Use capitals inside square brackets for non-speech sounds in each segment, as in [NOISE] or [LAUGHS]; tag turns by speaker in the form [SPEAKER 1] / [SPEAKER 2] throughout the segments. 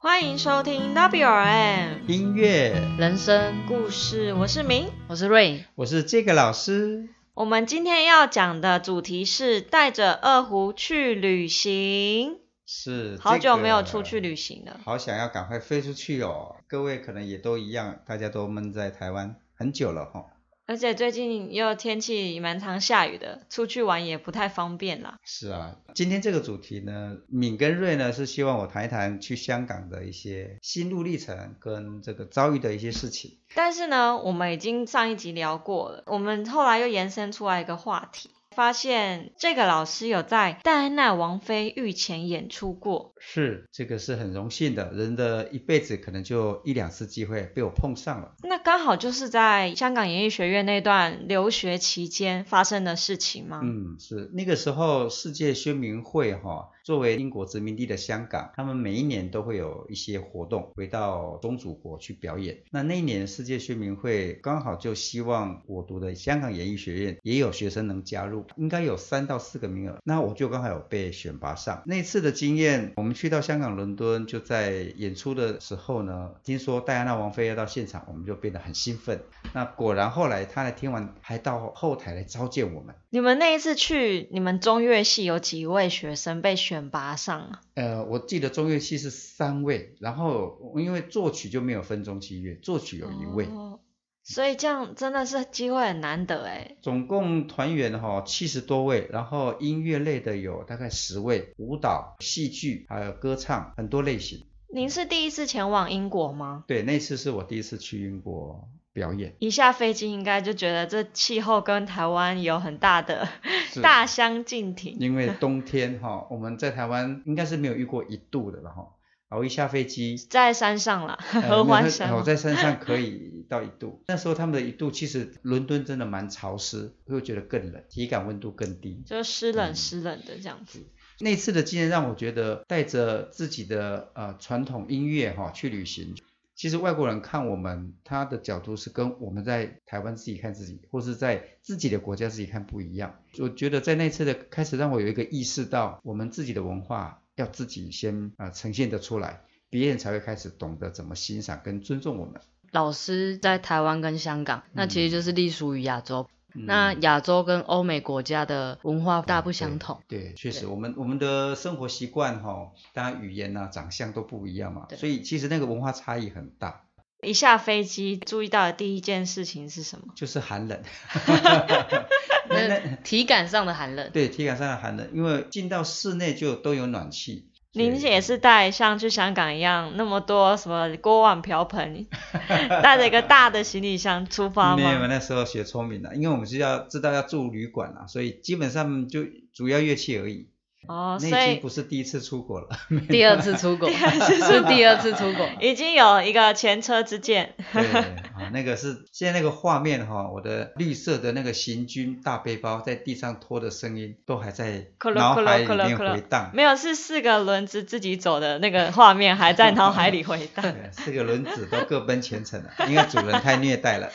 [SPEAKER 1] 欢迎收听 WRM
[SPEAKER 2] 音乐，
[SPEAKER 3] 人生，
[SPEAKER 1] 故事，我是明。
[SPEAKER 3] 我是瑞。
[SPEAKER 2] 我是这个老师。
[SPEAKER 1] 我们今天要讲的主题是带着二胡去旅行，
[SPEAKER 2] 是、
[SPEAKER 1] 好久没有出去，旅行了。
[SPEAKER 2] 好想要赶快飞出去哦！各位可能也都一样，大家都闷在台湾很久了哦哈、
[SPEAKER 1] 而且最近又天气蛮常下雨的，出去玩也不太方便啦。
[SPEAKER 2] 是啊，今天这个主题呢，敏跟瑞呢是希望我谈一谈去香港的一些心路历程跟这个遭遇的一些事情。
[SPEAKER 1] 但是呢，我们已经上一集聊过了，我们后来又延伸出来一个话题，发现这个老师有在戴安娜王妃御前演出过。
[SPEAKER 2] 是，这个是很荣幸的，人的一辈子可能就一两次机会被我碰上了。
[SPEAKER 1] 那刚好就是在香港演艺学院那段留学期间发生的事情吗？
[SPEAKER 2] 嗯，是那个时候世界宣明会哈、作为英国殖民地的香港，他们每一年都会有一些活动，回到宗主国去表演。那那一年世界宣明会刚好就希望我读的香港演艺学院也有学生能加入，应该有三到四个名额，那我就刚好有被选拔上。那次的经验，我们去到香港、伦敦，就在演出的时候呢，听说戴安娜王妃要到现场，我们就变得很兴奋。那果然后来她来听完，还到后台来召见我们。
[SPEAKER 1] 你们那一次去，你们中乐系有几位学生被选拔上啊？
[SPEAKER 2] 呃，我记得中乐器是三位，然后因为作曲就没有分中器乐，作曲有一位，
[SPEAKER 1] 哦所以这样真的是机会很难得哎。
[SPEAKER 2] 总共团员哈七十多位，然后音乐类的有大概十位，舞蹈、戏剧还有歌唱很多类型。
[SPEAKER 1] 您是第一次前往英国吗？
[SPEAKER 2] 对，那次是我第一次去英国表演，
[SPEAKER 1] 一下飞机应该就觉得这气候跟台湾有很大的 [LAUGHS]
[SPEAKER 2] 是
[SPEAKER 1] 大相径庭。
[SPEAKER 2] 因为冬天哈，我们在台湾应该是没有遇过一度的了哈，然后一下飞机
[SPEAKER 1] [LAUGHS] 在山上啦，
[SPEAKER 2] 呃
[SPEAKER 1] 合
[SPEAKER 2] 没有
[SPEAKER 1] 欢
[SPEAKER 2] 它
[SPEAKER 1] 山
[SPEAKER 2] 我
[SPEAKER 1] 嘛。
[SPEAKER 2] 在山
[SPEAKER 1] [LAUGHS]
[SPEAKER 2] 上可以到一度，那时候他们的一度其实伦敦真的蛮潮湿，会觉得更冷，体感温度更低。
[SPEAKER 1] 就湿
[SPEAKER 2] 嗯
[SPEAKER 1] 冷湿冷的这样子，
[SPEAKER 2] 那次的经验让我觉得带着自己的呃传统音乐哈、去旅行，其实外国人看我们，他的角度是跟我们在台湾自己看自己，或是在自己的国家自己看不一样。我觉得在那次的开始，让我有一个意识到，我们自己的文化要自己先啊、呃呈现得出来，别人才会开始懂得怎么欣赏跟尊重我们。
[SPEAKER 3] 老师在台湾跟香港，那其实就是隶属于亚洲。
[SPEAKER 2] 嗯
[SPEAKER 3] 那亚洲跟欧美国家的文化大不相同。
[SPEAKER 2] 对，对确实，我们我们的生活习惯哈、当然语言呐、长相都不一样嘛，
[SPEAKER 3] 对
[SPEAKER 2] 所以其实那个文化差异很大，
[SPEAKER 1] 一下飞机注意到的第一件事情是什么？
[SPEAKER 2] 就是寒冷。 [LAUGHS] 那
[SPEAKER 3] 那体感上的寒冷。
[SPEAKER 2] 对，体感上的寒冷，因为进到室内就都有暖气。所以
[SPEAKER 1] 您也是带像去香港一样那么多什么锅碗瓢
[SPEAKER 2] [LAUGHS]
[SPEAKER 1] 盆，带着一个大的行李箱出发
[SPEAKER 2] 没有，
[SPEAKER 1] 吗？
[SPEAKER 2] 那时候学聪明了，因为我们是要知道要住旅馆啊，所以基本上就主要乐器而已。
[SPEAKER 1] 哦，
[SPEAKER 2] 那
[SPEAKER 1] 所
[SPEAKER 2] 已经
[SPEAKER 1] 以
[SPEAKER 2] 不是第一次出
[SPEAKER 1] [LAUGHS]
[SPEAKER 2] 国了。
[SPEAKER 3] [LAUGHS] 第二次出国，是第二次出国。
[SPEAKER 1] 已经有一个前车之鉴。
[SPEAKER 2] 对啊，那个是现在那个画面哈、我的绿色的那个行军大背包在地上拖的声音，都还在
[SPEAKER 1] 咯咯
[SPEAKER 2] 脑
[SPEAKER 1] 咯咯
[SPEAKER 2] 海里
[SPEAKER 1] 咯咯
[SPEAKER 2] 面
[SPEAKER 1] 咯
[SPEAKER 2] 回荡。
[SPEAKER 1] 没有，是四个轮子自己走的那个画面还在脑海里回荡。
[SPEAKER 2] 对四个轮子都各奔前程了，因为主人太虐
[SPEAKER 1] [LAUGHS]
[SPEAKER 2] 待了。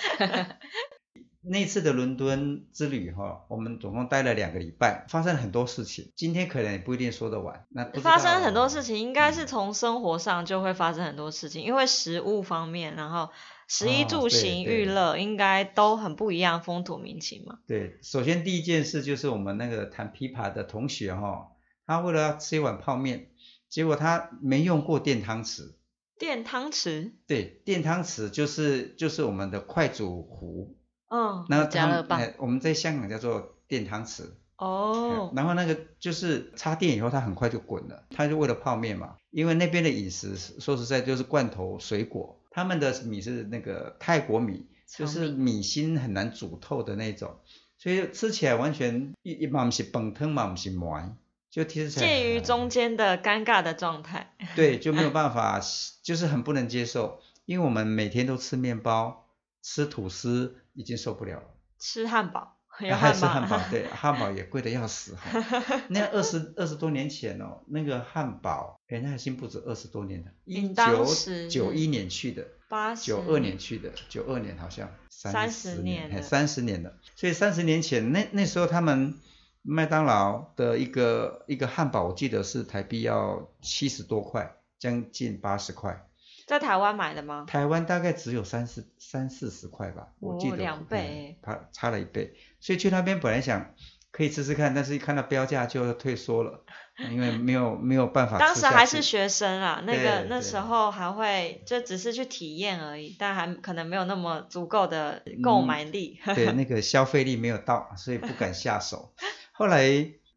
[SPEAKER 2] 那次的伦敦之旅哈、我们总共待了两个礼拜，发生了很多事情，今天可能也不一定说得完。那不知道哦嗯
[SPEAKER 1] 发生很多事情，应该是从生活上就会发生很多事情，因为食物方面，然后食衣
[SPEAKER 2] 哦
[SPEAKER 1] 住
[SPEAKER 2] 对
[SPEAKER 1] 行、
[SPEAKER 2] 对
[SPEAKER 1] 娱乐应该都很不一样，风土民情嘛。
[SPEAKER 2] 对，首先第一件事就是我们那个弹琵琶的同学哈、他为了要吃一碗泡面，结果他没用过电汤匙。
[SPEAKER 1] 电汤匙，
[SPEAKER 2] 对，电汤匙就是就是我们的快煮壶，
[SPEAKER 1] 嗯，
[SPEAKER 2] 那
[SPEAKER 3] 加热棒
[SPEAKER 2] 哎我们在香港叫做电汤匙。
[SPEAKER 1] 哦，
[SPEAKER 2] 然后那个就是插电以后，它很快就滚了。它就为了泡面嘛，因为那边的饮食说实在就是罐头水果，他们的米是那个泰国米，就
[SPEAKER 3] 糙
[SPEAKER 2] 是米心很难煮透的那种，所以吃起来完全一一嘛不是本汤嘛不是糜，就吃起来
[SPEAKER 1] 介于
[SPEAKER 2] 很
[SPEAKER 1] 中间的尴尬的状态，
[SPEAKER 2] 对，就没有办法，就是很不能接受，因为我们每天都吃面包、吃吐司，已经受不了了。
[SPEAKER 1] 吃汉堡，有
[SPEAKER 2] 啊还
[SPEAKER 1] 汉
[SPEAKER 2] 是
[SPEAKER 1] 堡，
[SPEAKER 2] 汉堡，对，汉堡也贵的要死
[SPEAKER 1] [LAUGHS]
[SPEAKER 2] 哈。那二十二十多年前哦，那个汉堡，哎，那已经不止二十多年了，一
[SPEAKER 1] 嗯当
[SPEAKER 2] 九
[SPEAKER 1] 时
[SPEAKER 2] 九一年去的，
[SPEAKER 1] 八十
[SPEAKER 2] 九二年去的，九二年好像
[SPEAKER 1] 30年了
[SPEAKER 2] 三十年了。所以三十年前，那那时候他们麦当劳的一个一个汉堡，我记得是台币要七十多块，将近八十块，
[SPEAKER 1] 在台湾买的吗？
[SPEAKER 2] 台湾大概只有三四三四十块吧，我记
[SPEAKER 1] 哦
[SPEAKER 2] 得
[SPEAKER 1] 两倍
[SPEAKER 2] 嗯差差了一倍，所以去那边本来想可以吃吃看，但是一看到标价就退缩了，因为没有没有办法啊
[SPEAKER 1] 当
[SPEAKER 2] 吃下去。
[SPEAKER 1] 时还是学生啊，那个
[SPEAKER 2] 对
[SPEAKER 1] 那
[SPEAKER 2] 对
[SPEAKER 1] 时候还会就只是去体验而已，但还可能没有那么足够的购
[SPEAKER 2] 嗯
[SPEAKER 1] 买力。 [LAUGHS]
[SPEAKER 2] 对，那个消费力没有到，所以不敢下手。后来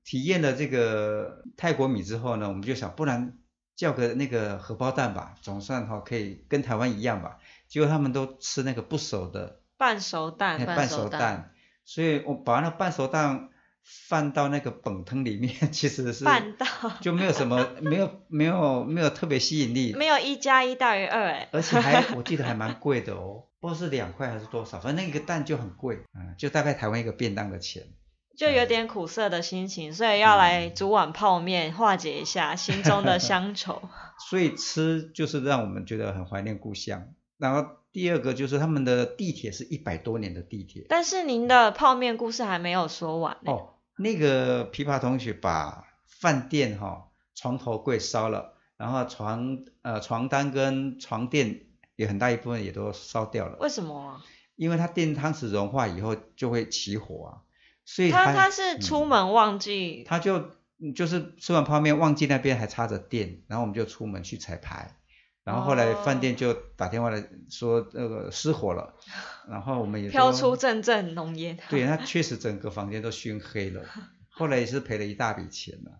[SPEAKER 2] 体验了这个泰国米之后呢，我们就想，不然叫个那个荷包蛋吧，总算哈、可以跟台湾一样吧。结果他们都吃那个不熟的
[SPEAKER 1] 半熟
[SPEAKER 2] 哎
[SPEAKER 1] 蛋，
[SPEAKER 2] 半
[SPEAKER 3] 熟
[SPEAKER 2] 熟
[SPEAKER 3] 蛋
[SPEAKER 2] 蛋，所以我把那半熟蛋放到那个本汤里面， [LAUGHS] 其实是
[SPEAKER 1] 半到
[SPEAKER 2] 就没有什么没有没有没有特别吸引力，
[SPEAKER 1] 没有一加一大于二，哎，
[SPEAKER 2] 而且还我记得还蛮贵的哦，不知道是两块还是多少，反正那个蛋就很贵，嗯，就大概台湾一个便当的钱。
[SPEAKER 1] 就有点苦涩的心
[SPEAKER 2] 嗯
[SPEAKER 1] 情，所以要来煮碗泡面化解一下心中的乡愁。
[SPEAKER 2] 嗯所以吃就是让我们觉得很怀念故乡。然后第二个就是他们的地铁是一百多年的地铁
[SPEAKER 1] 但是您的泡面故事还没有说完欸呢、
[SPEAKER 2] 哦，那个琵琶同学把饭店哈、床头柜烧了，然后床呃床单跟床垫也很大一部分也都烧掉了，
[SPEAKER 1] 为什么啊？
[SPEAKER 2] 因为它电汤匙融化以后就会起火啊，所以嗯
[SPEAKER 1] 他
[SPEAKER 2] 它
[SPEAKER 1] 他是出门忘记，
[SPEAKER 2] 他就嗯就是吃完泡面忘记那边还插着电，然后我们就出门去彩排，然后后来
[SPEAKER 1] 哦
[SPEAKER 2] 饭店就打电话来说那个、失火了，然后我们也
[SPEAKER 1] 哦飘
[SPEAKER 2] 说
[SPEAKER 1] 出阵阵浓烟。
[SPEAKER 3] [LAUGHS]
[SPEAKER 2] 对，那确实整个房间都熏黑了，后来也是赔了一大笔钱呢、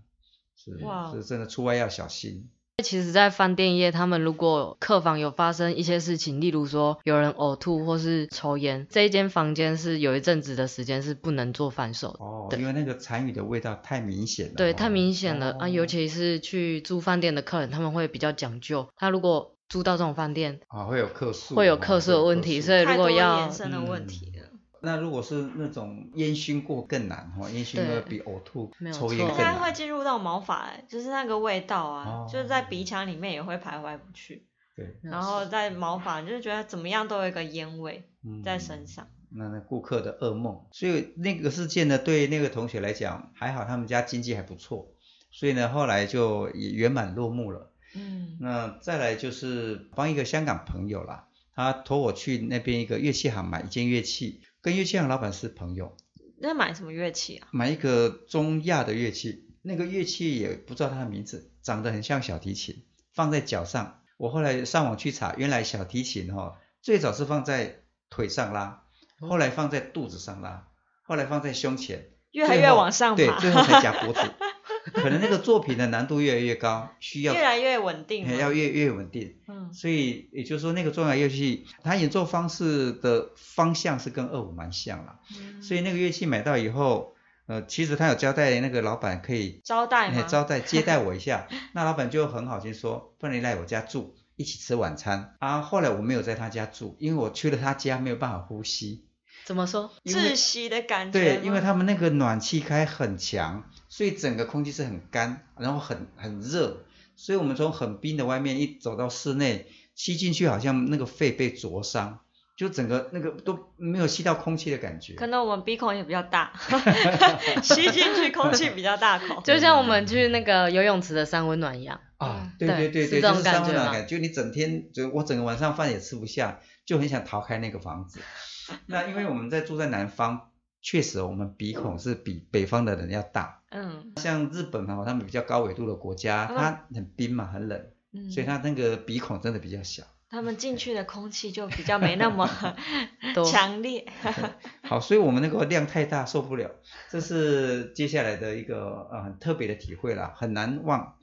[SPEAKER 2] 是
[SPEAKER 1] 哇
[SPEAKER 2] 是真的出外要小心，
[SPEAKER 3] 其实，在饭店业，他们如果客房有发生一些事情，例如说有人呕吐或是抽烟，这一间房间是有一阵子的时间是不能做贩售的。
[SPEAKER 2] 哦，因为那个残余的味道太明显了，
[SPEAKER 3] 对，
[SPEAKER 2] 哦
[SPEAKER 3] 太明显了、啊！
[SPEAKER 2] 哦
[SPEAKER 3] 尤其是去住饭店的客人，他们会比较讲究。他如果住到这种饭店，
[SPEAKER 2] 啊会有客诉，
[SPEAKER 3] 会有
[SPEAKER 2] 哦
[SPEAKER 3] 客诉的问题，所以
[SPEAKER 1] 太
[SPEAKER 3] 如
[SPEAKER 1] 多
[SPEAKER 3] 果要
[SPEAKER 1] 延伸的问题了。
[SPEAKER 2] 那如果是那种烟熏过更难哈，烟熏
[SPEAKER 3] 对
[SPEAKER 2] 会比呕吐
[SPEAKER 3] 没、有
[SPEAKER 2] 抽烟
[SPEAKER 3] 错
[SPEAKER 2] 更
[SPEAKER 1] 它
[SPEAKER 2] 难。
[SPEAKER 1] 会进入到毛发、欸，就是那个味道啊，
[SPEAKER 2] 嗯哦嗯
[SPEAKER 1] 就是在鼻腔里面也会徘徊不去，
[SPEAKER 2] 对，
[SPEAKER 1] 然后在毛发就是觉得怎么样都有一个烟味
[SPEAKER 2] 嗯
[SPEAKER 1] 在身上。
[SPEAKER 2] 那那顾客的噩梦。所以那个事件呢，对那个同学来讲，还好他们家经济还不错，所以呢，后来就也圆满落幕了。
[SPEAKER 1] 嗯，
[SPEAKER 2] 那再来就是帮一个香港朋友啦，他托我去那边一个乐器行买一件乐器，跟乐器行老板是朋友，
[SPEAKER 1] 嗯那买什么乐器啊？
[SPEAKER 2] 买一个中亚的乐器，那个乐器也不知道它的名字，长得很像小提琴，放在脚上。我后来上网去查，原来小提琴哦，最早是放在腿上拉，后来放在肚子上拉，后来放在胸前，
[SPEAKER 1] 越来
[SPEAKER 2] 最
[SPEAKER 1] 越
[SPEAKER 2] 后
[SPEAKER 1] 往上
[SPEAKER 2] 对，
[SPEAKER 1] 爬，
[SPEAKER 2] 最后才夹
[SPEAKER 1] [LAUGHS]
[SPEAKER 2] 脖子。可能那个作品的难度越来越高，需要
[SPEAKER 1] 越来越稳定
[SPEAKER 2] 要
[SPEAKER 1] 了。
[SPEAKER 2] 越越稳定。
[SPEAKER 1] 嗯，
[SPEAKER 2] 所以也就是说，那个重要乐器，它演奏方式的方向是跟二胡蛮像啦。
[SPEAKER 1] 嗯
[SPEAKER 2] 所以那个乐器买到以后，呃，其实他有交代那个老板可以
[SPEAKER 1] 招待
[SPEAKER 2] 哎
[SPEAKER 1] 吗？
[SPEAKER 2] 招待接待我
[SPEAKER 1] [LAUGHS]
[SPEAKER 2] 一下，那老板就很好心说，不然你来我家住，一起吃晚餐啊。后来我没有在他家住，因为我去了他家没有办法呼吸，
[SPEAKER 3] 怎么说？
[SPEAKER 2] 因为
[SPEAKER 1] 窒息的感觉吗。
[SPEAKER 2] 对，因为他们那个暖气开很强，所以整个空气是很干，然后很很热，所以我们从很冰的外面一走到室内，吸进去好像那个肺被灼伤。就整个那个都没有吸到空气的感觉，
[SPEAKER 1] 可能我们鼻孔也比较
[SPEAKER 2] [LAUGHS]
[SPEAKER 1] 大，吸进去空气比较大口。
[SPEAKER 3] 就像我们去那个游泳池的三温暖一样，
[SPEAKER 2] 啊
[SPEAKER 1] 嗯，
[SPEAKER 2] 对
[SPEAKER 3] 对
[SPEAKER 2] 对对
[SPEAKER 3] 是
[SPEAKER 2] 对，
[SPEAKER 3] 这
[SPEAKER 2] 就
[SPEAKER 3] 种
[SPEAKER 2] 是三
[SPEAKER 3] 感
[SPEAKER 2] 温
[SPEAKER 3] 觉
[SPEAKER 2] 暖
[SPEAKER 3] 吗
[SPEAKER 2] 感，就你整天，就我整个晚上饭也吃不下，就很想逃开那个房
[SPEAKER 1] [LAUGHS]
[SPEAKER 2] 子。那因为我们在住在南方，确实我们鼻孔是比北方的人要大。
[SPEAKER 1] 嗯，
[SPEAKER 2] 像日本啊，他们比较高纬度的国家，
[SPEAKER 1] 嗯
[SPEAKER 2] 它很冰嘛，很冷，
[SPEAKER 1] 嗯
[SPEAKER 2] 所以它那个鼻孔真的比较小。
[SPEAKER 1] 他们进去的空气就比较没那
[SPEAKER 2] [LAUGHS]
[SPEAKER 1] 么
[SPEAKER 3] 都
[SPEAKER 1] 强烈。
[SPEAKER 2] 好，所以我们那个量太大受不了，这是接下来的一个呃很特别的体会啦，很难忘。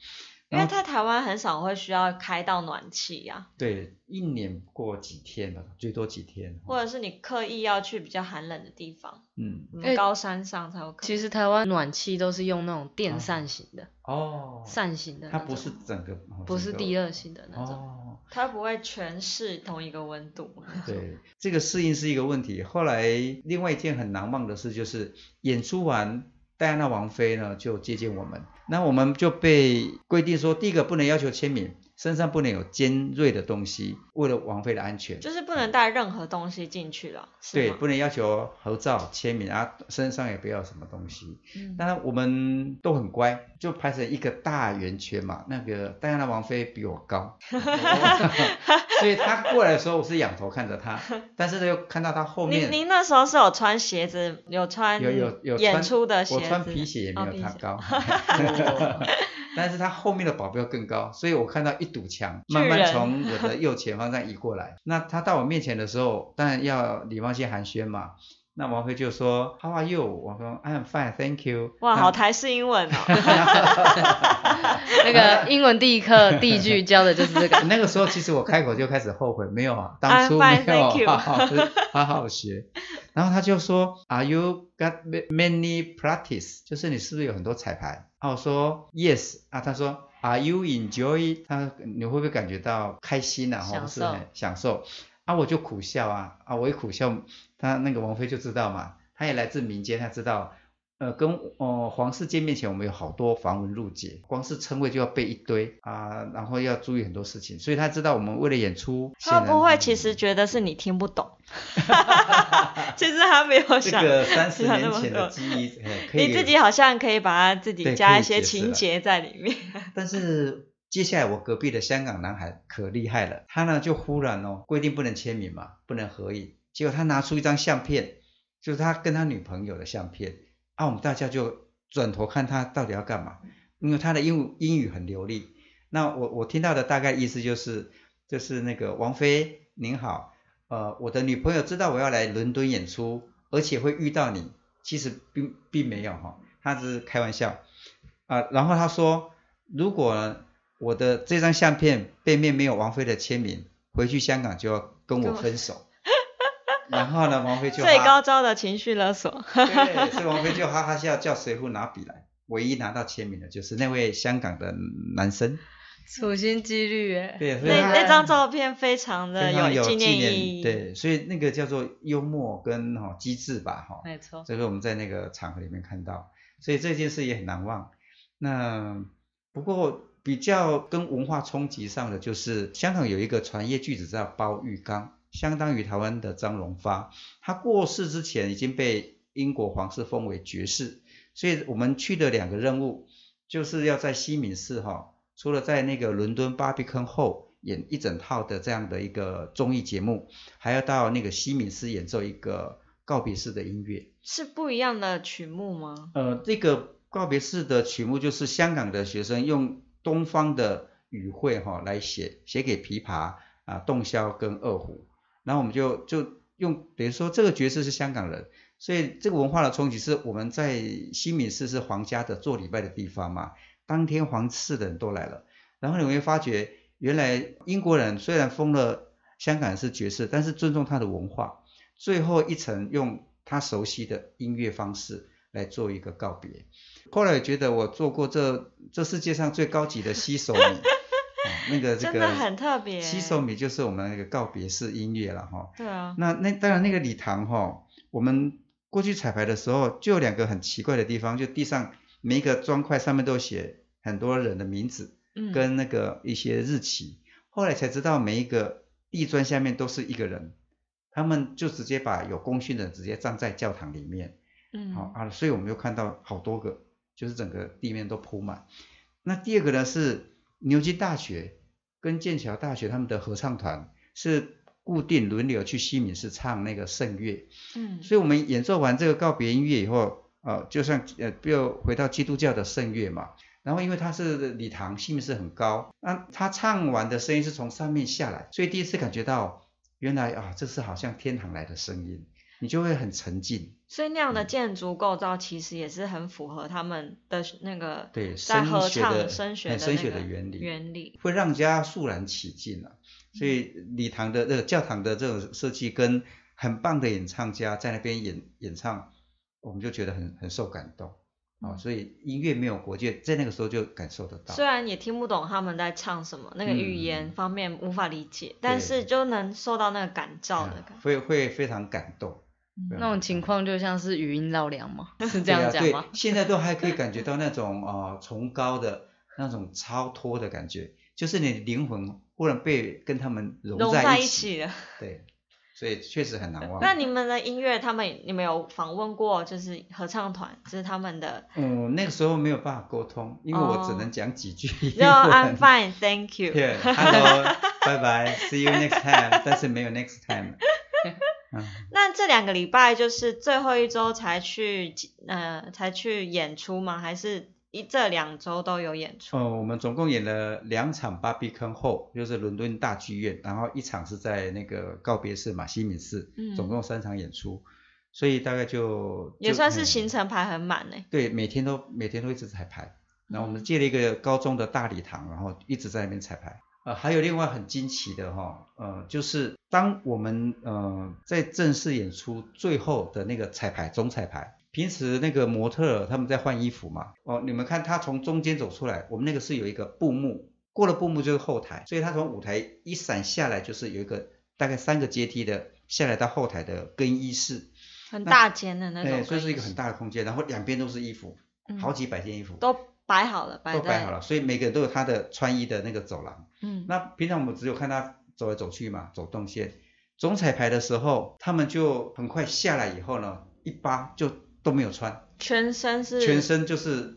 [SPEAKER 1] 因
[SPEAKER 2] 嗯
[SPEAKER 1] 为在台湾很少会需要开到暖气啊呀、
[SPEAKER 2] 对，一年不过几天吧，最多几天。
[SPEAKER 1] 或者是你刻意要去比较寒冷的地方，
[SPEAKER 2] 嗯，
[SPEAKER 1] 嗯
[SPEAKER 3] 哎
[SPEAKER 1] 高山上才有可能。
[SPEAKER 3] 其实台湾暖气都是用那种电扇型的，
[SPEAKER 2] 哦，
[SPEAKER 3] 扇型的
[SPEAKER 2] 它
[SPEAKER 3] 那种，
[SPEAKER 2] 不是整个，哦
[SPEAKER 3] 不是
[SPEAKER 2] 整个
[SPEAKER 3] 地热型的那种。
[SPEAKER 2] 哦。
[SPEAKER 1] 它不会全是同一个温度。
[SPEAKER 2] [LAUGHS] 对，这个适应是一个问题。后来另外一件很难忘的事就是演出完。戴安娜王妃呢就接见我们，那我们就被规定说，第一个不能要求签名，身上不能有尖锐的东西，为了王菲的安全。
[SPEAKER 1] 就是不能带任何东西进去了，是
[SPEAKER 2] 对，
[SPEAKER 1] 吗
[SPEAKER 2] 不能要求合照、签名啊，身上也不要什么东西。
[SPEAKER 1] 嗯
[SPEAKER 2] 当然我们都很乖，就排成一个大圆圈嘛。那个戴安娜王妃比我
[SPEAKER 1] [LAUGHS]
[SPEAKER 2] 高，哦 [LAUGHS] 所以她过来的时候我是仰头看着她，但是又看到她
[SPEAKER 1] [LAUGHS]
[SPEAKER 2] 后
[SPEAKER 1] 您
[SPEAKER 2] 面
[SPEAKER 1] 您那时候是有穿鞋子，有穿
[SPEAKER 2] 有有有
[SPEAKER 1] 演
[SPEAKER 2] 穿
[SPEAKER 1] 出的鞋
[SPEAKER 2] 我
[SPEAKER 1] 子，
[SPEAKER 2] 穿皮鞋也没
[SPEAKER 1] 哦
[SPEAKER 2] 有
[SPEAKER 1] 皮
[SPEAKER 2] 她
[SPEAKER 1] 鞋 [LAUGHS] 哦
[SPEAKER 2] 高， [LAUGHS] 但是她后面的保镖更高，所以我看到一堵墙
[SPEAKER 1] 巨
[SPEAKER 2] 慢慢
[SPEAKER 1] 人
[SPEAKER 2] 从我的右前方这样移过来。那她到我面前的时候，当然要礼貌性寒暄嘛。那王菲就说 How are you？我说 I'm fine, thank you。
[SPEAKER 1] 哇，
[SPEAKER 2] 那
[SPEAKER 1] 好台式英
[SPEAKER 2] [LAUGHS]
[SPEAKER 1] 文哦，
[SPEAKER 3] 那个英文第
[SPEAKER 2] [LAUGHS]
[SPEAKER 3] 一课第一句教的就是这个。
[SPEAKER 2] 那个时候其实我开口就开始后悔，没有啊，当
[SPEAKER 1] I'm
[SPEAKER 2] 初
[SPEAKER 1] fine,
[SPEAKER 2] 没有
[SPEAKER 1] thank you
[SPEAKER 2] [LAUGHS] 好好地好好学。然后他就说，Are you got ma- many practice？就是你是不是有很多彩排？啊，我说 Yes 啊，他说 Are you enjoy？it？他你会不会感觉到开心啊？哈，
[SPEAKER 3] 享
[SPEAKER 2] 不是
[SPEAKER 3] 受
[SPEAKER 2] 很享受。啊，我就苦笑啊啊，我一苦笑，他那个王菲就知道嘛，她也来自民间，她知道。呃，跟呃皇室见面前，我们有好多繁文缛节，光是称谓就要背一堆啊，然后要注意很多事情，所以他知道我们为了演出，
[SPEAKER 1] 他
[SPEAKER 2] 显然
[SPEAKER 1] 不会其实觉得是你听不
[SPEAKER 2] [LAUGHS]
[SPEAKER 1] 懂，其实他没有
[SPEAKER 2] 这
[SPEAKER 1] 想
[SPEAKER 2] 个三十
[SPEAKER 1] 想那
[SPEAKER 2] 年
[SPEAKER 1] 么
[SPEAKER 2] 前
[SPEAKER 1] 多
[SPEAKER 2] 的记
[SPEAKER 1] [LAUGHS]
[SPEAKER 2] 忆，呃可以
[SPEAKER 1] 你自己好像可以把它自
[SPEAKER 2] 对
[SPEAKER 1] 己加
[SPEAKER 2] 可以
[SPEAKER 1] 一些
[SPEAKER 2] 解释
[SPEAKER 1] 情
[SPEAKER 2] 了
[SPEAKER 1] 节在里面。
[SPEAKER 2] 但是接下来我隔壁的香港男孩可厉害了，他呢就忽然哦规定不能签名嘛，不能合影，结果他拿出一张相片，就是他跟他女朋友的相片，啊，我们大家就转头看他到底要干嘛，因为他的英语英语很流利。那我我听到的大概意思就是，就是那个王菲您好，呃，我的女朋友知道我要来伦敦演出，而且会遇到你，其实并并没有哈，他只是开玩笑啊、然后他说，如果我的这张相片背面没有王菲的签名，回去香港就要跟我分手。然后呢，王菲
[SPEAKER 1] [LAUGHS]
[SPEAKER 2] 就
[SPEAKER 1] 最
[SPEAKER 2] 哈
[SPEAKER 1] 高招的情绪勒索， [LAUGHS]
[SPEAKER 2] 对，所以王菲就哈哈笑，叫随扈拿笔来。唯一拿到签名的就是那位香港的男生，
[SPEAKER 3] 处心积虑耶。
[SPEAKER 2] 对，所以
[SPEAKER 1] 那
[SPEAKER 2] 他
[SPEAKER 1] 那张照片非常的
[SPEAKER 2] 非常有
[SPEAKER 1] 纪念意
[SPEAKER 2] 念，
[SPEAKER 1] 义。，
[SPEAKER 2] 对，所以那个叫做幽默跟哈、机智吧，哈、
[SPEAKER 3] 没错，
[SPEAKER 2] 所以说我们在那个场合里面看到，所以这件事也很难忘。那不过比较跟文化冲击上的，就是香港有一个传业巨子叫包玉刚，相当于台湾的张荣发，他过世之前已经被英国皇室封为爵士，所以我们去的两个任务就是要在西敏寺哈、除了在那个伦敦巴比坑后演一整套的这样的一个综艺节目，还要到那个西敏寺演奏一个告别式的音乐。
[SPEAKER 1] 是不一样的曲目吗？
[SPEAKER 2] 呃，这个告别式的曲目就是香港的学生用东方的语汇哈、来写写给琵琶啊、洞箫跟二胡，然后我们就就用等于说这个角色是香港人，所以这个文化的冲击是我们在西敏寺是皇家的做礼拜的地方嘛，当天皇室的人都来了，然后你会发觉原来英国人虽然封了香港人是爵士，但是尊重他的文化，最后一层用他熟悉的音乐方式来做一个告别。后来觉得我做过这这世界上最高级的西
[SPEAKER 1] [LAUGHS]
[SPEAKER 2] 手米，啊那个这个
[SPEAKER 1] 真的很特别
[SPEAKER 2] 西手米就是我们那个告别式音乐了哈。
[SPEAKER 1] 对啊，
[SPEAKER 2] 那那当然那个礼堂哈、我们过去彩排的时候就有两个很奇怪的地方，就地上每一个砖块上面都有写很多人的名字
[SPEAKER 1] 嗯，
[SPEAKER 2] 跟那个一些日期，后来才知道每一个地砖下面都是一个人，他们就直接把有功勋的人直接葬在教堂里面。
[SPEAKER 1] 嗯，
[SPEAKER 2] 好、啊，所以我们又看到好多个，就是整个地面都铺满。那第二个呢是牛津大学跟剑桥大学他们的合唱团是固定轮流去西敏寺唱那个圣乐，
[SPEAKER 1] 嗯，
[SPEAKER 2] 所以我们演奏完这个告别音乐以后，呃，就像呃又回到基督教的圣乐嘛。然后因为它是礼堂，西敏寺很高，那他唱完的声音是从上面下来，所以第一次感觉到原来啊，这是好像天堂来的声音，你就会很沉浸。
[SPEAKER 1] 所以那
[SPEAKER 2] 嗯
[SPEAKER 1] 样的建筑构造其实也是很符合他们的那个
[SPEAKER 2] 对，
[SPEAKER 1] 在
[SPEAKER 2] 声
[SPEAKER 1] 合
[SPEAKER 2] 学
[SPEAKER 1] 唱
[SPEAKER 2] 的
[SPEAKER 1] 声学
[SPEAKER 2] 哎
[SPEAKER 1] 的
[SPEAKER 2] 声
[SPEAKER 1] 那
[SPEAKER 2] 学
[SPEAKER 1] 个
[SPEAKER 2] 的原理，
[SPEAKER 1] 原理，
[SPEAKER 2] 会让人家肃然起敬啊。所以礼堂的这个教堂的这种设计，跟很棒的演唱家在那边演演唱，我们就觉得很很受感动啊、
[SPEAKER 1] 嗯
[SPEAKER 2] 所以音乐没有国界，在那个时候就感受得到
[SPEAKER 1] 虽。然也听不懂他们在唱什么，那个语言
[SPEAKER 2] 嗯
[SPEAKER 1] 方面无法理解，但是就能受到那个感召的
[SPEAKER 2] 啊
[SPEAKER 1] 感觉。
[SPEAKER 2] 会会非常感动，
[SPEAKER 1] 嗯
[SPEAKER 3] 那种情况就像是语音绕梁嘛，是这
[SPEAKER 2] 对
[SPEAKER 3] 样
[SPEAKER 2] 啊，
[SPEAKER 3] 讲
[SPEAKER 2] 对
[SPEAKER 3] 吗？，
[SPEAKER 2] 现在都还可以感觉到那种啊、呃崇高的那种超脱的感觉。就是你的灵魂忽然被跟他们融
[SPEAKER 1] 融
[SPEAKER 2] 在
[SPEAKER 1] 在
[SPEAKER 2] 一
[SPEAKER 1] 一
[SPEAKER 2] 起，
[SPEAKER 1] 起了。
[SPEAKER 2] 对，所以确实很难忘。
[SPEAKER 1] 那你们的音乐，他们你们有访问过，就是合唱团，就是他们
[SPEAKER 2] [LAUGHS]
[SPEAKER 1] 的
[SPEAKER 2] 嗯，那个时候没有办法沟通，因为我只
[SPEAKER 1] 哦
[SPEAKER 2] 能讲几句
[SPEAKER 1] 《
[SPEAKER 2] 英
[SPEAKER 1] No
[SPEAKER 2] 文
[SPEAKER 1] I'm。Fine, Thank You》。
[SPEAKER 2] Here, hello, bye bye, see you next time。但 [LAUGHS] 是没有 next time。嗯，
[SPEAKER 1] 那这两个礼拜就是最后一周才去，呃，才去演出吗？还是一这两周都有演出？
[SPEAKER 2] 哦，我们总共演了两场巴比坑后，就是伦敦大剧院，然后一场是在那个告别式马西敏寺，
[SPEAKER 1] 嗯
[SPEAKER 2] 总共三场演出，所以大概就
[SPEAKER 1] 也
[SPEAKER 2] 就
[SPEAKER 1] 算是
[SPEAKER 2] 嗯
[SPEAKER 1] 行程排很满欸呢、
[SPEAKER 2] 对，每天都每天都一直彩排。然后我们借了一个高中的大礼堂，然后一直在那边彩排。呃，还有另外很惊奇的哈、呃，就是当我们呃在正式演出最后的那个彩排总彩排，平时那个模特儿他们在换衣服嘛，哦，你们看他从中间走出来，我们那个是有一个布幕，过了布幕就是后台，所以他从舞台一闪下来就是有一个大概三个阶梯的下来到后台的更衣室，
[SPEAKER 1] 很大间的那种
[SPEAKER 2] 对，
[SPEAKER 1] 更衣室，
[SPEAKER 2] 所以哎是一个很大的空间，然后两边都是衣服，
[SPEAKER 1] 嗯
[SPEAKER 2] 好几百件衣服。
[SPEAKER 1] 都摆好了，摆
[SPEAKER 2] 都摆
[SPEAKER 1] 在
[SPEAKER 2] 好了，所以每个人都有他的穿衣的那个走廊。
[SPEAKER 1] 嗯，
[SPEAKER 2] 那平常我们只有看他走来走去嘛，走动线。总彩排的时候，他们就很快下来以后呢，一扒就都没有穿，
[SPEAKER 1] 全身是
[SPEAKER 2] 全，身就是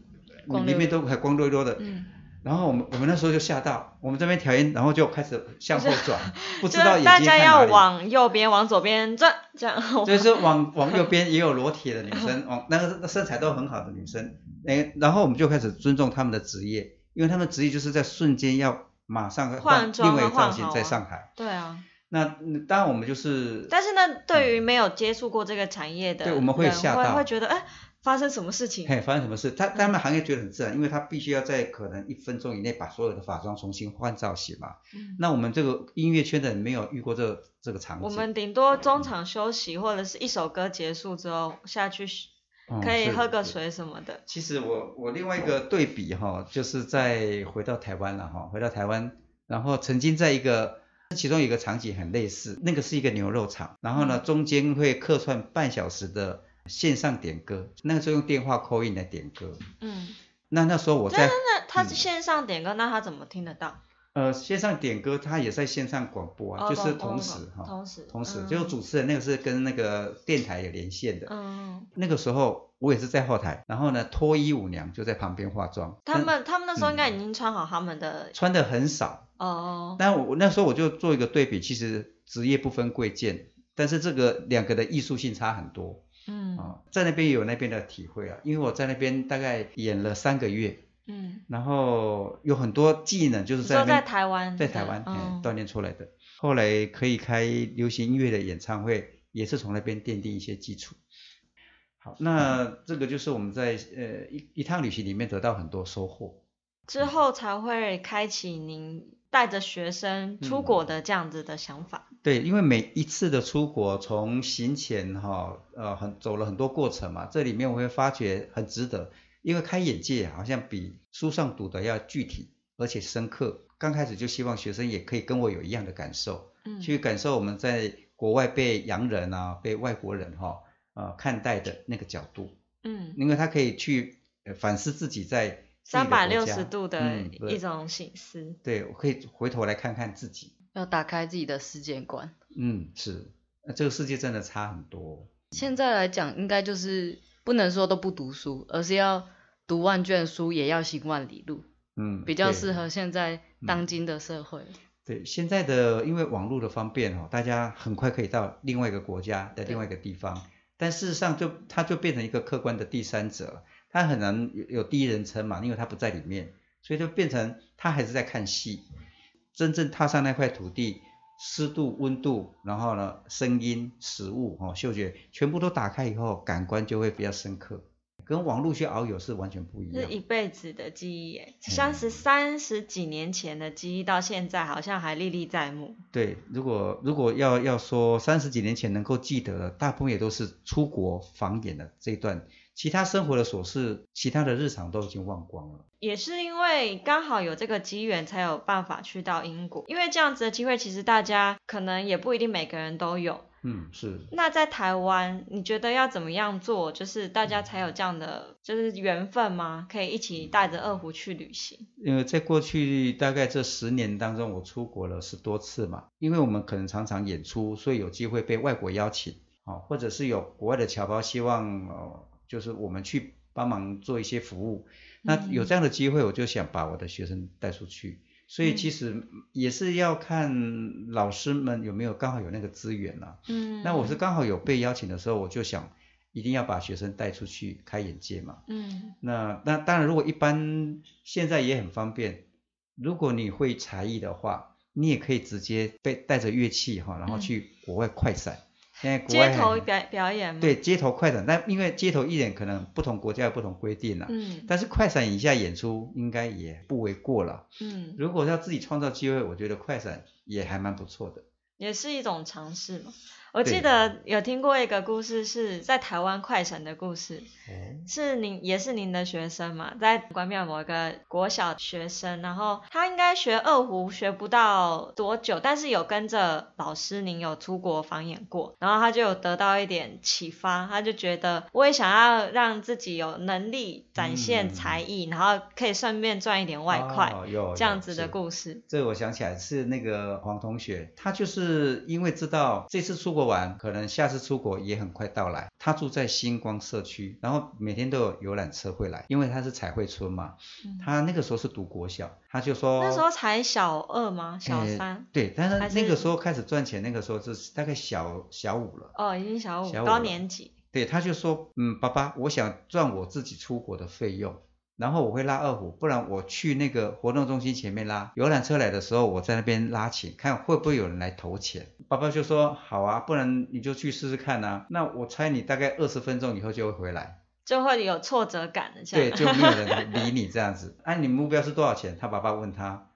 [SPEAKER 1] 光溜
[SPEAKER 2] 里面都还光溜溜的。
[SPEAKER 1] 嗯，
[SPEAKER 2] 然后我们我们那时候就吓到，我们这边调音，然后就开始向后转，不
[SPEAKER 1] 就
[SPEAKER 2] 知道
[SPEAKER 1] 是
[SPEAKER 2] 眼睛
[SPEAKER 1] 大
[SPEAKER 2] 看
[SPEAKER 1] 家
[SPEAKER 2] 哪
[SPEAKER 1] 要
[SPEAKER 2] 里。
[SPEAKER 1] 往右边，往左边转，这样。 [LAUGHS]
[SPEAKER 2] 就是往往右边也有裸体的女生，往那个身材都很好的女生，哎，然后我们就开始尊重他们的职业，因为他们职业就是在瞬间要马上
[SPEAKER 1] 换装啊
[SPEAKER 2] 另外一个造
[SPEAKER 1] 换
[SPEAKER 2] 型
[SPEAKER 1] 好啊
[SPEAKER 2] 再上台。
[SPEAKER 1] 对啊，
[SPEAKER 2] 那嗯当然我们就是
[SPEAKER 1] 但是呢，对于没有接触过这个产业的人，
[SPEAKER 2] 对我们会吓到
[SPEAKER 1] 会觉得哎、发生什么事情？
[SPEAKER 2] 嘿发生什么事，他他们行业觉得很自然，因为他必须要在可能一分钟以内把所有的法装重新换造型嘛。
[SPEAKER 1] 嗯
[SPEAKER 2] 那我们这个音乐圈的人没有遇过这个这个场景，
[SPEAKER 1] 我们顶多中场休息，或者是一首歌结束之后下去
[SPEAKER 2] 嗯
[SPEAKER 1] 可以
[SPEAKER 2] 是
[SPEAKER 1] 喝个
[SPEAKER 2] 是
[SPEAKER 1] 水什么的。
[SPEAKER 2] 其实我我另外一个对比哈、就是在回到台湾了哈、回到台湾，然后曾经在一个其中有一个场景很类似，那个是一个牛肉场，然后
[SPEAKER 1] 嗯
[SPEAKER 2] 呢中间会客串半小时的线上点歌，那个时候用电话 call in 来点歌。
[SPEAKER 1] 嗯，
[SPEAKER 2] 那那时候我在
[SPEAKER 1] 那他
[SPEAKER 2] 嗯
[SPEAKER 1] 线上点歌，那他怎么听得到？
[SPEAKER 2] 呃线上点歌，它也在线上广播啊，
[SPEAKER 1] 哦
[SPEAKER 2] 就是
[SPEAKER 1] 懂
[SPEAKER 2] 同
[SPEAKER 1] 懂
[SPEAKER 2] 时哈、
[SPEAKER 1] 懂同时
[SPEAKER 2] 同时、
[SPEAKER 1] 嗯
[SPEAKER 2] 就主持人那个是跟那个电台有连线的。
[SPEAKER 1] 嗯，
[SPEAKER 2] 那个时候我也是在后台，然后呢脱衣舞娘就在旁边化妆，
[SPEAKER 1] 他们他们那时候
[SPEAKER 2] 嗯
[SPEAKER 1] 应该已经穿好他们的
[SPEAKER 2] 穿的很少。
[SPEAKER 1] 哦，
[SPEAKER 2] 但我那时候我就做一个对比，其实职业不分贵贱，但是这个两个的艺术性差很多啊、
[SPEAKER 1] 嗯
[SPEAKER 2] 在那边有那边的体会啊，因为我在那边大概演了三个月，
[SPEAKER 1] 嗯，
[SPEAKER 2] 然后有很多技能就是
[SPEAKER 1] 你
[SPEAKER 2] 在那
[SPEAKER 1] 说
[SPEAKER 2] 边
[SPEAKER 1] 在台湾，
[SPEAKER 2] 在台湾、嗯
[SPEAKER 1] 嗯，
[SPEAKER 2] 锻炼出来的，后来可以开流行音乐的演唱会，也是从那边奠定一些基础。好，那这个就是我们在呃一一趟旅行里面得到很多收获。
[SPEAKER 1] 之后才会开启您带着学
[SPEAKER 2] 嗯
[SPEAKER 1] 生出国的这样子的想法。
[SPEAKER 2] 对，因为每一次的出国，从行前哈、呃，很走了很多过程嘛，这里面我会发觉很值得，因为开眼界好像比书上读的要具体，而且深刻。刚开始就希望学生也可以跟我有一样的感受，
[SPEAKER 1] 嗯，
[SPEAKER 2] 去感受我们在国外被洋人啊、被外国人哈、呃看待的那个角度，
[SPEAKER 1] 嗯，
[SPEAKER 2] 因为他可以去呃反思自己在自己的
[SPEAKER 1] 三百六
[SPEAKER 2] 国
[SPEAKER 1] 十
[SPEAKER 2] 家
[SPEAKER 1] 度的
[SPEAKER 2] 嗯对
[SPEAKER 1] 一种形式。
[SPEAKER 2] 对，我可以回头来看看自己，
[SPEAKER 3] 要打开自己的世界观。
[SPEAKER 2] 嗯，是，呃这个世界真的差很多。
[SPEAKER 3] 现在来讲，应该就是不能说都不读书，而是要读万卷书，也要行万里路，
[SPEAKER 2] 嗯，
[SPEAKER 3] 比较
[SPEAKER 2] 对
[SPEAKER 3] 适合现在当今的社会。
[SPEAKER 2] 对现在的，因为网络的方便哦，大家很快可以到另外一个国家的
[SPEAKER 3] 对
[SPEAKER 2] 另外一个地方，但事实上就它就变成一个客观的第三者，他很难有有第一人称嘛，因为他不在里面，所以就变成他还是在看戏。真正踏上那块土地，湿度、温度，然后呢，声音、食物、哦，嗅觉，全部都打开以后，感官就会比较深刻，跟网络去遨游是完全不一
[SPEAKER 1] 是
[SPEAKER 2] 样。
[SPEAKER 1] 一辈子的记忆耶，像是三十几年前的记忆，到现在好像还历历在目。
[SPEAKER 2] 对，如果如果要要说三十几年前能够记得的，大部分也都是出国访演的这一段，其他生活的琐事，其他的日常都已经忘光了。
[SPEAKER 1] 也是因为刚好有这个机缘，才有办法去到英国。因为这样子的机会，其实大家可能也不一定每个人都有。
[SPEAKER 2] 嗯，是
[SPEAKER 1] 那在台湾，你觉得要怎么样做，就是大家才有这样的就是缘分吗？可以一起带着二胡去旅行？
[SPEAKER 2] 因为在过去大概这十年当中，我出国了十多次嘛，因为我们可能常常演出，所以有机会被外国邀请，哦，或者是有国外的侨胞希望哦，就是我们去帮忙做一些服务。那有这样的机会，我就想把我的学生带出去，所以其实也是要看老师们有没有刚好有那个资源啦、
[SPEAKER 1] 嗯
[SPEAKER 2] 那我是刚好有被邀请的时候，我就想一定要把学生带出去开眼界嘛。
[SPEAKER 1] 嗯
[SPEAKER 2] 那那当然，如果一般现在也很方便，如果你会才艺的话，你也可以直接被带着乐器哈，然后
[SPEAKER 1] 嗯
[SPEAKER 2] 去国外快闪。现在国外
[SPEAKER 1] 街
[SPEAKER 2] 很
[SPEAKER 1] 头表表演吗？，
[SPEAKER 2] 对街头快闪，但因为街头艺人可能不同国家有不同规定啦、
[SPEAKER 1] 嗯
[SPEAKER 2] 但是快闪一下演出应该也不为过了。
[SPEAKER 1] 嗯，
[SPEAKER 2] 如果要自己创造机会，我觉得快闪也还蛮不错的。
[SPEAKER 1] 也是一种尝试嘛。我
[SPEAKER 2] 对
[SPEAKER 1] 记得有听过一个故事，是在台湾快闪的故事，
[SPEAKER 2] 哦，
[SPEAKER 1] 是您也是您的学生嘛，在关庙某一个国小学生，然后他应该学二胡学不到多久，但是有跟着老师您有出国访演过，然后他就有得到一点启发，他就觉得我也想要让自己有能力展现才艺，然后可以顺便赚一点外快，
[SPEAKER 2] 嗯哦、有
[SPEAKER 1] 这样子的
[SPEAKER 2] 故。是
[SPEAKER 1] 故事。
[SPEAKER 2] 这我想起来是那个黄同学，他就是因为知道这次出国玩，可能下次出国也很快到来。他住在星光社区，然后每天都有游览车会来，因为他是彩绘村嘛。
[SPEAKER 1] 嗯
[SPEAKER 2] 他那个时候是读国小，他就说
[SPEAKER 1] 那时候才小二吗？小
[SPEAKER 2] 呃
[SPEAKER 1] 三？
[SPEAKER 2] 对，但
[SPEAKER 1] 还
[SPEAKER 2] 是
[SPEAKER 1] 是
[SPEAKER 2] 那个时候开始赚钱，那个时候是大概小小五了。
[SPEAKER 1] 哦，已经小五，
[SPEAKER 2] 小五
[SPEAKER 1] 高
[SPEAKER 2] 了
[SPEAKER 1] 年级。
[SPEAKER 2] 对，他就说，嗯，爸爸，我想赚我自己出国的费用，然后我会拉二胡，不然我去那个活动中心前面拉，游览车来的时候，我在那边拉琴，看会不会有人来投钱。爸爸就说，好啊，不然你就去试试看啊。那我猜你大概二十分钟以后就会回来，
[SPEAKER 1] 就会有挫折感的，这
[SPEAKER 2] 对，
[SPEAKER 1] 样。
[SPEAKER 2] 就没有人理你这样子。 [LAUGHS] 啊，你目标是多少钱？他爸爸问他，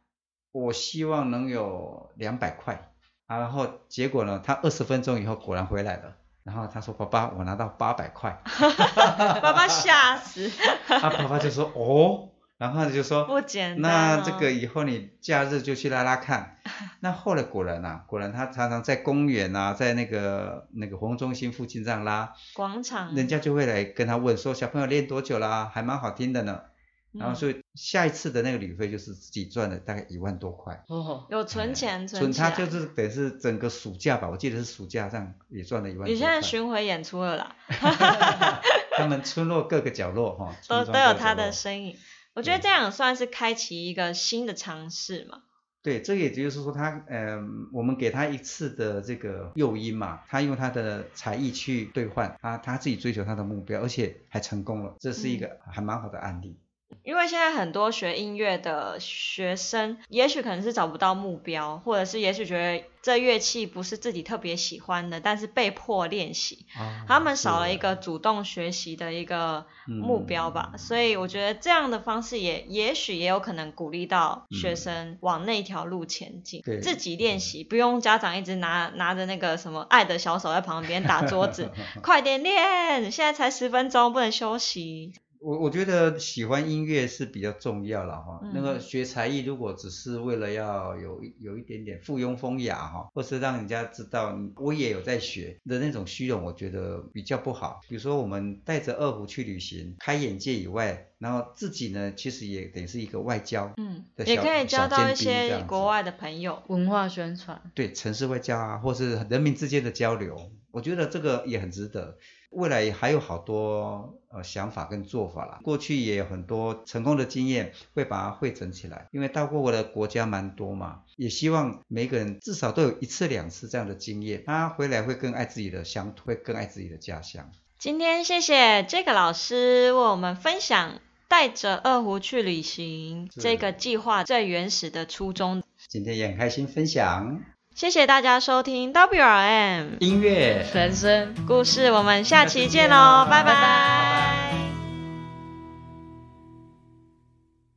[SPEAKER 2] 我希望能有两百块。啊，然后结果呢，他二十分钟以后果然回来了。然后他说：“爸爸，我拿到八百块。”
[SPEAKER 1] [LAUGHS] 爸爸吓死，
[SPEAKER 2] 他爸爸就说哦，然后他就说
[SPEAKER 1] 不简单、
[SPEAKER 2] [LAUGHS] 那
[SPEAKER 1] 哦。
[SPEAKER 2] 这个以后你假日就去拉拉看。那后来果然啊，果然他常常在公园啊，在那个那个活动中心附近这样拉，
[SPEAKER 1] 广场，
[SPEAKER 2] 人家就会来跟他问说小朋友练多久啦，还蛮好听的呢。然后
[SPEAKER 1] 嗯
[SPEAKER 2] 所以下一次的那个旅费就是自己赚了大概一万多块，
[SPEAKER 3] 哦，
[SPEAKER 1] 有存钱，
[SPEAKER 2] 哎存
[SPEAKER 1] 起来
[SPEAKER 2] 他就是等于是整个暑假吧，我记得是暑假这样也赚了一万多
[SPEAKER 1] 你
[SPEAKER 2] 块。
[SPEAKER 1] 现在巡回演出了啦，
[SPEAKER 2] 他们村落各个角落哈，
[SPEAKER 1] 都
[SPEAKER 2] 村
[SPEAKER 1] 都
[SPEAKER 2] 庄各
[SPEAKER 1] 有
[SPEAKER 2] 个
[SPEAKER 1] 他
[SPEAKER 2] 角
[SPEAKER 1] 的
[SPEAKER 2] 落
[SPEAKER 1] 身影。我觉得
[SPEAKER 2] 对
[SPEAKER 1] 这样算是开启一个新的尝试嘛。
[SPEAKER 2] 对，这个也就是说他，呃，我们给他一次的这个诱因嘛，他用他的才艺去兑换，他他自己追求他的目标，而且还成功了，这是一个还蛮好的案例。
[SPEAKER 1] 因为现在很多学音乐的学生，也许可能是找不到目标，或者是也许觉得这乐器不是自己特别喜欢的，但是被迫练习，
[SPEAKER 2] 啊
[SPEAKER 1] 他们少了一个主动学习的一个
[SPEAKER 2] 嗯
[SPEAKER 1] 目标吧。所以我觉得这样的方式也也许也有可能鼓励到学生往那条路前进，
[SPEAKER 2] 对
[SPEAKER 1] 自己练习，不用家长一直拿拿着那个什么爱的小手在旁边打桌
[SPEAKER 2] [LAUGHS]
[SPEAKER 1] 子，快点练，现在才十分钟，不能休息。
[SPEAKER 2] 我我觉得喜欢音乐是比较重要了哈。
[SPEAKER 1] 嗯
[SPEAKER 2] 那个学才艺如果只是为了要有一有一点点附庸风雅哈，或是让人家知道你我也有在学的那种虚荣，我觉得比较不好。比如说我们带着二胡去旅行，开眼界以外，然后自己呢其实也等于是一个外交，
[SPEAKER 1] 嗯，
[SPEAKER 2] 的
[SPEAKER 1] 也
[SPEAKER 2] 小
[SPEAKER 1] 可以交
[SPEAKER 2] 小
[SPEAKER 1] 到一
[SPEAKER 2] 尖兵这
[SPEAKER 1] 些
[SPEAKER 2] 样
[SPEAKER 1] 国
[SPEAKER 2] 子
[SPEAKER 1] 外的朋友。
[SPEAKER 3] 文化宣传，
[SPEAKER 2] 对城市外交啊，或是人民之间的交流，我觉得这个也很值得。未来还有好多呃想法跟做法啦，过去也有很多成功的经验，会把它汇整起来。因为到过我的国家蛮多嘛，也希望每个人至少都有一次两次这样的经验，他回来会更爱自己的乡土，会更爱自己的家乡。
[SPEAKER 1] 今天谢谢这个老师为我们分享带着二胡去旅行
[SPEAKER 2] 是
[SPEAKER 1] 这个计划最原始的初衷。
[SPEAKER 2] 今天也很开心分享
[SPEAKER 1] 谢谢大家收听 WRM
[SPEAKER 2] 音乐。
[SPEAKER 3] 人生。
[SPEAKER 1] 故事，我们下期见喽，拜拜
[SPEAKER 3] 拜拜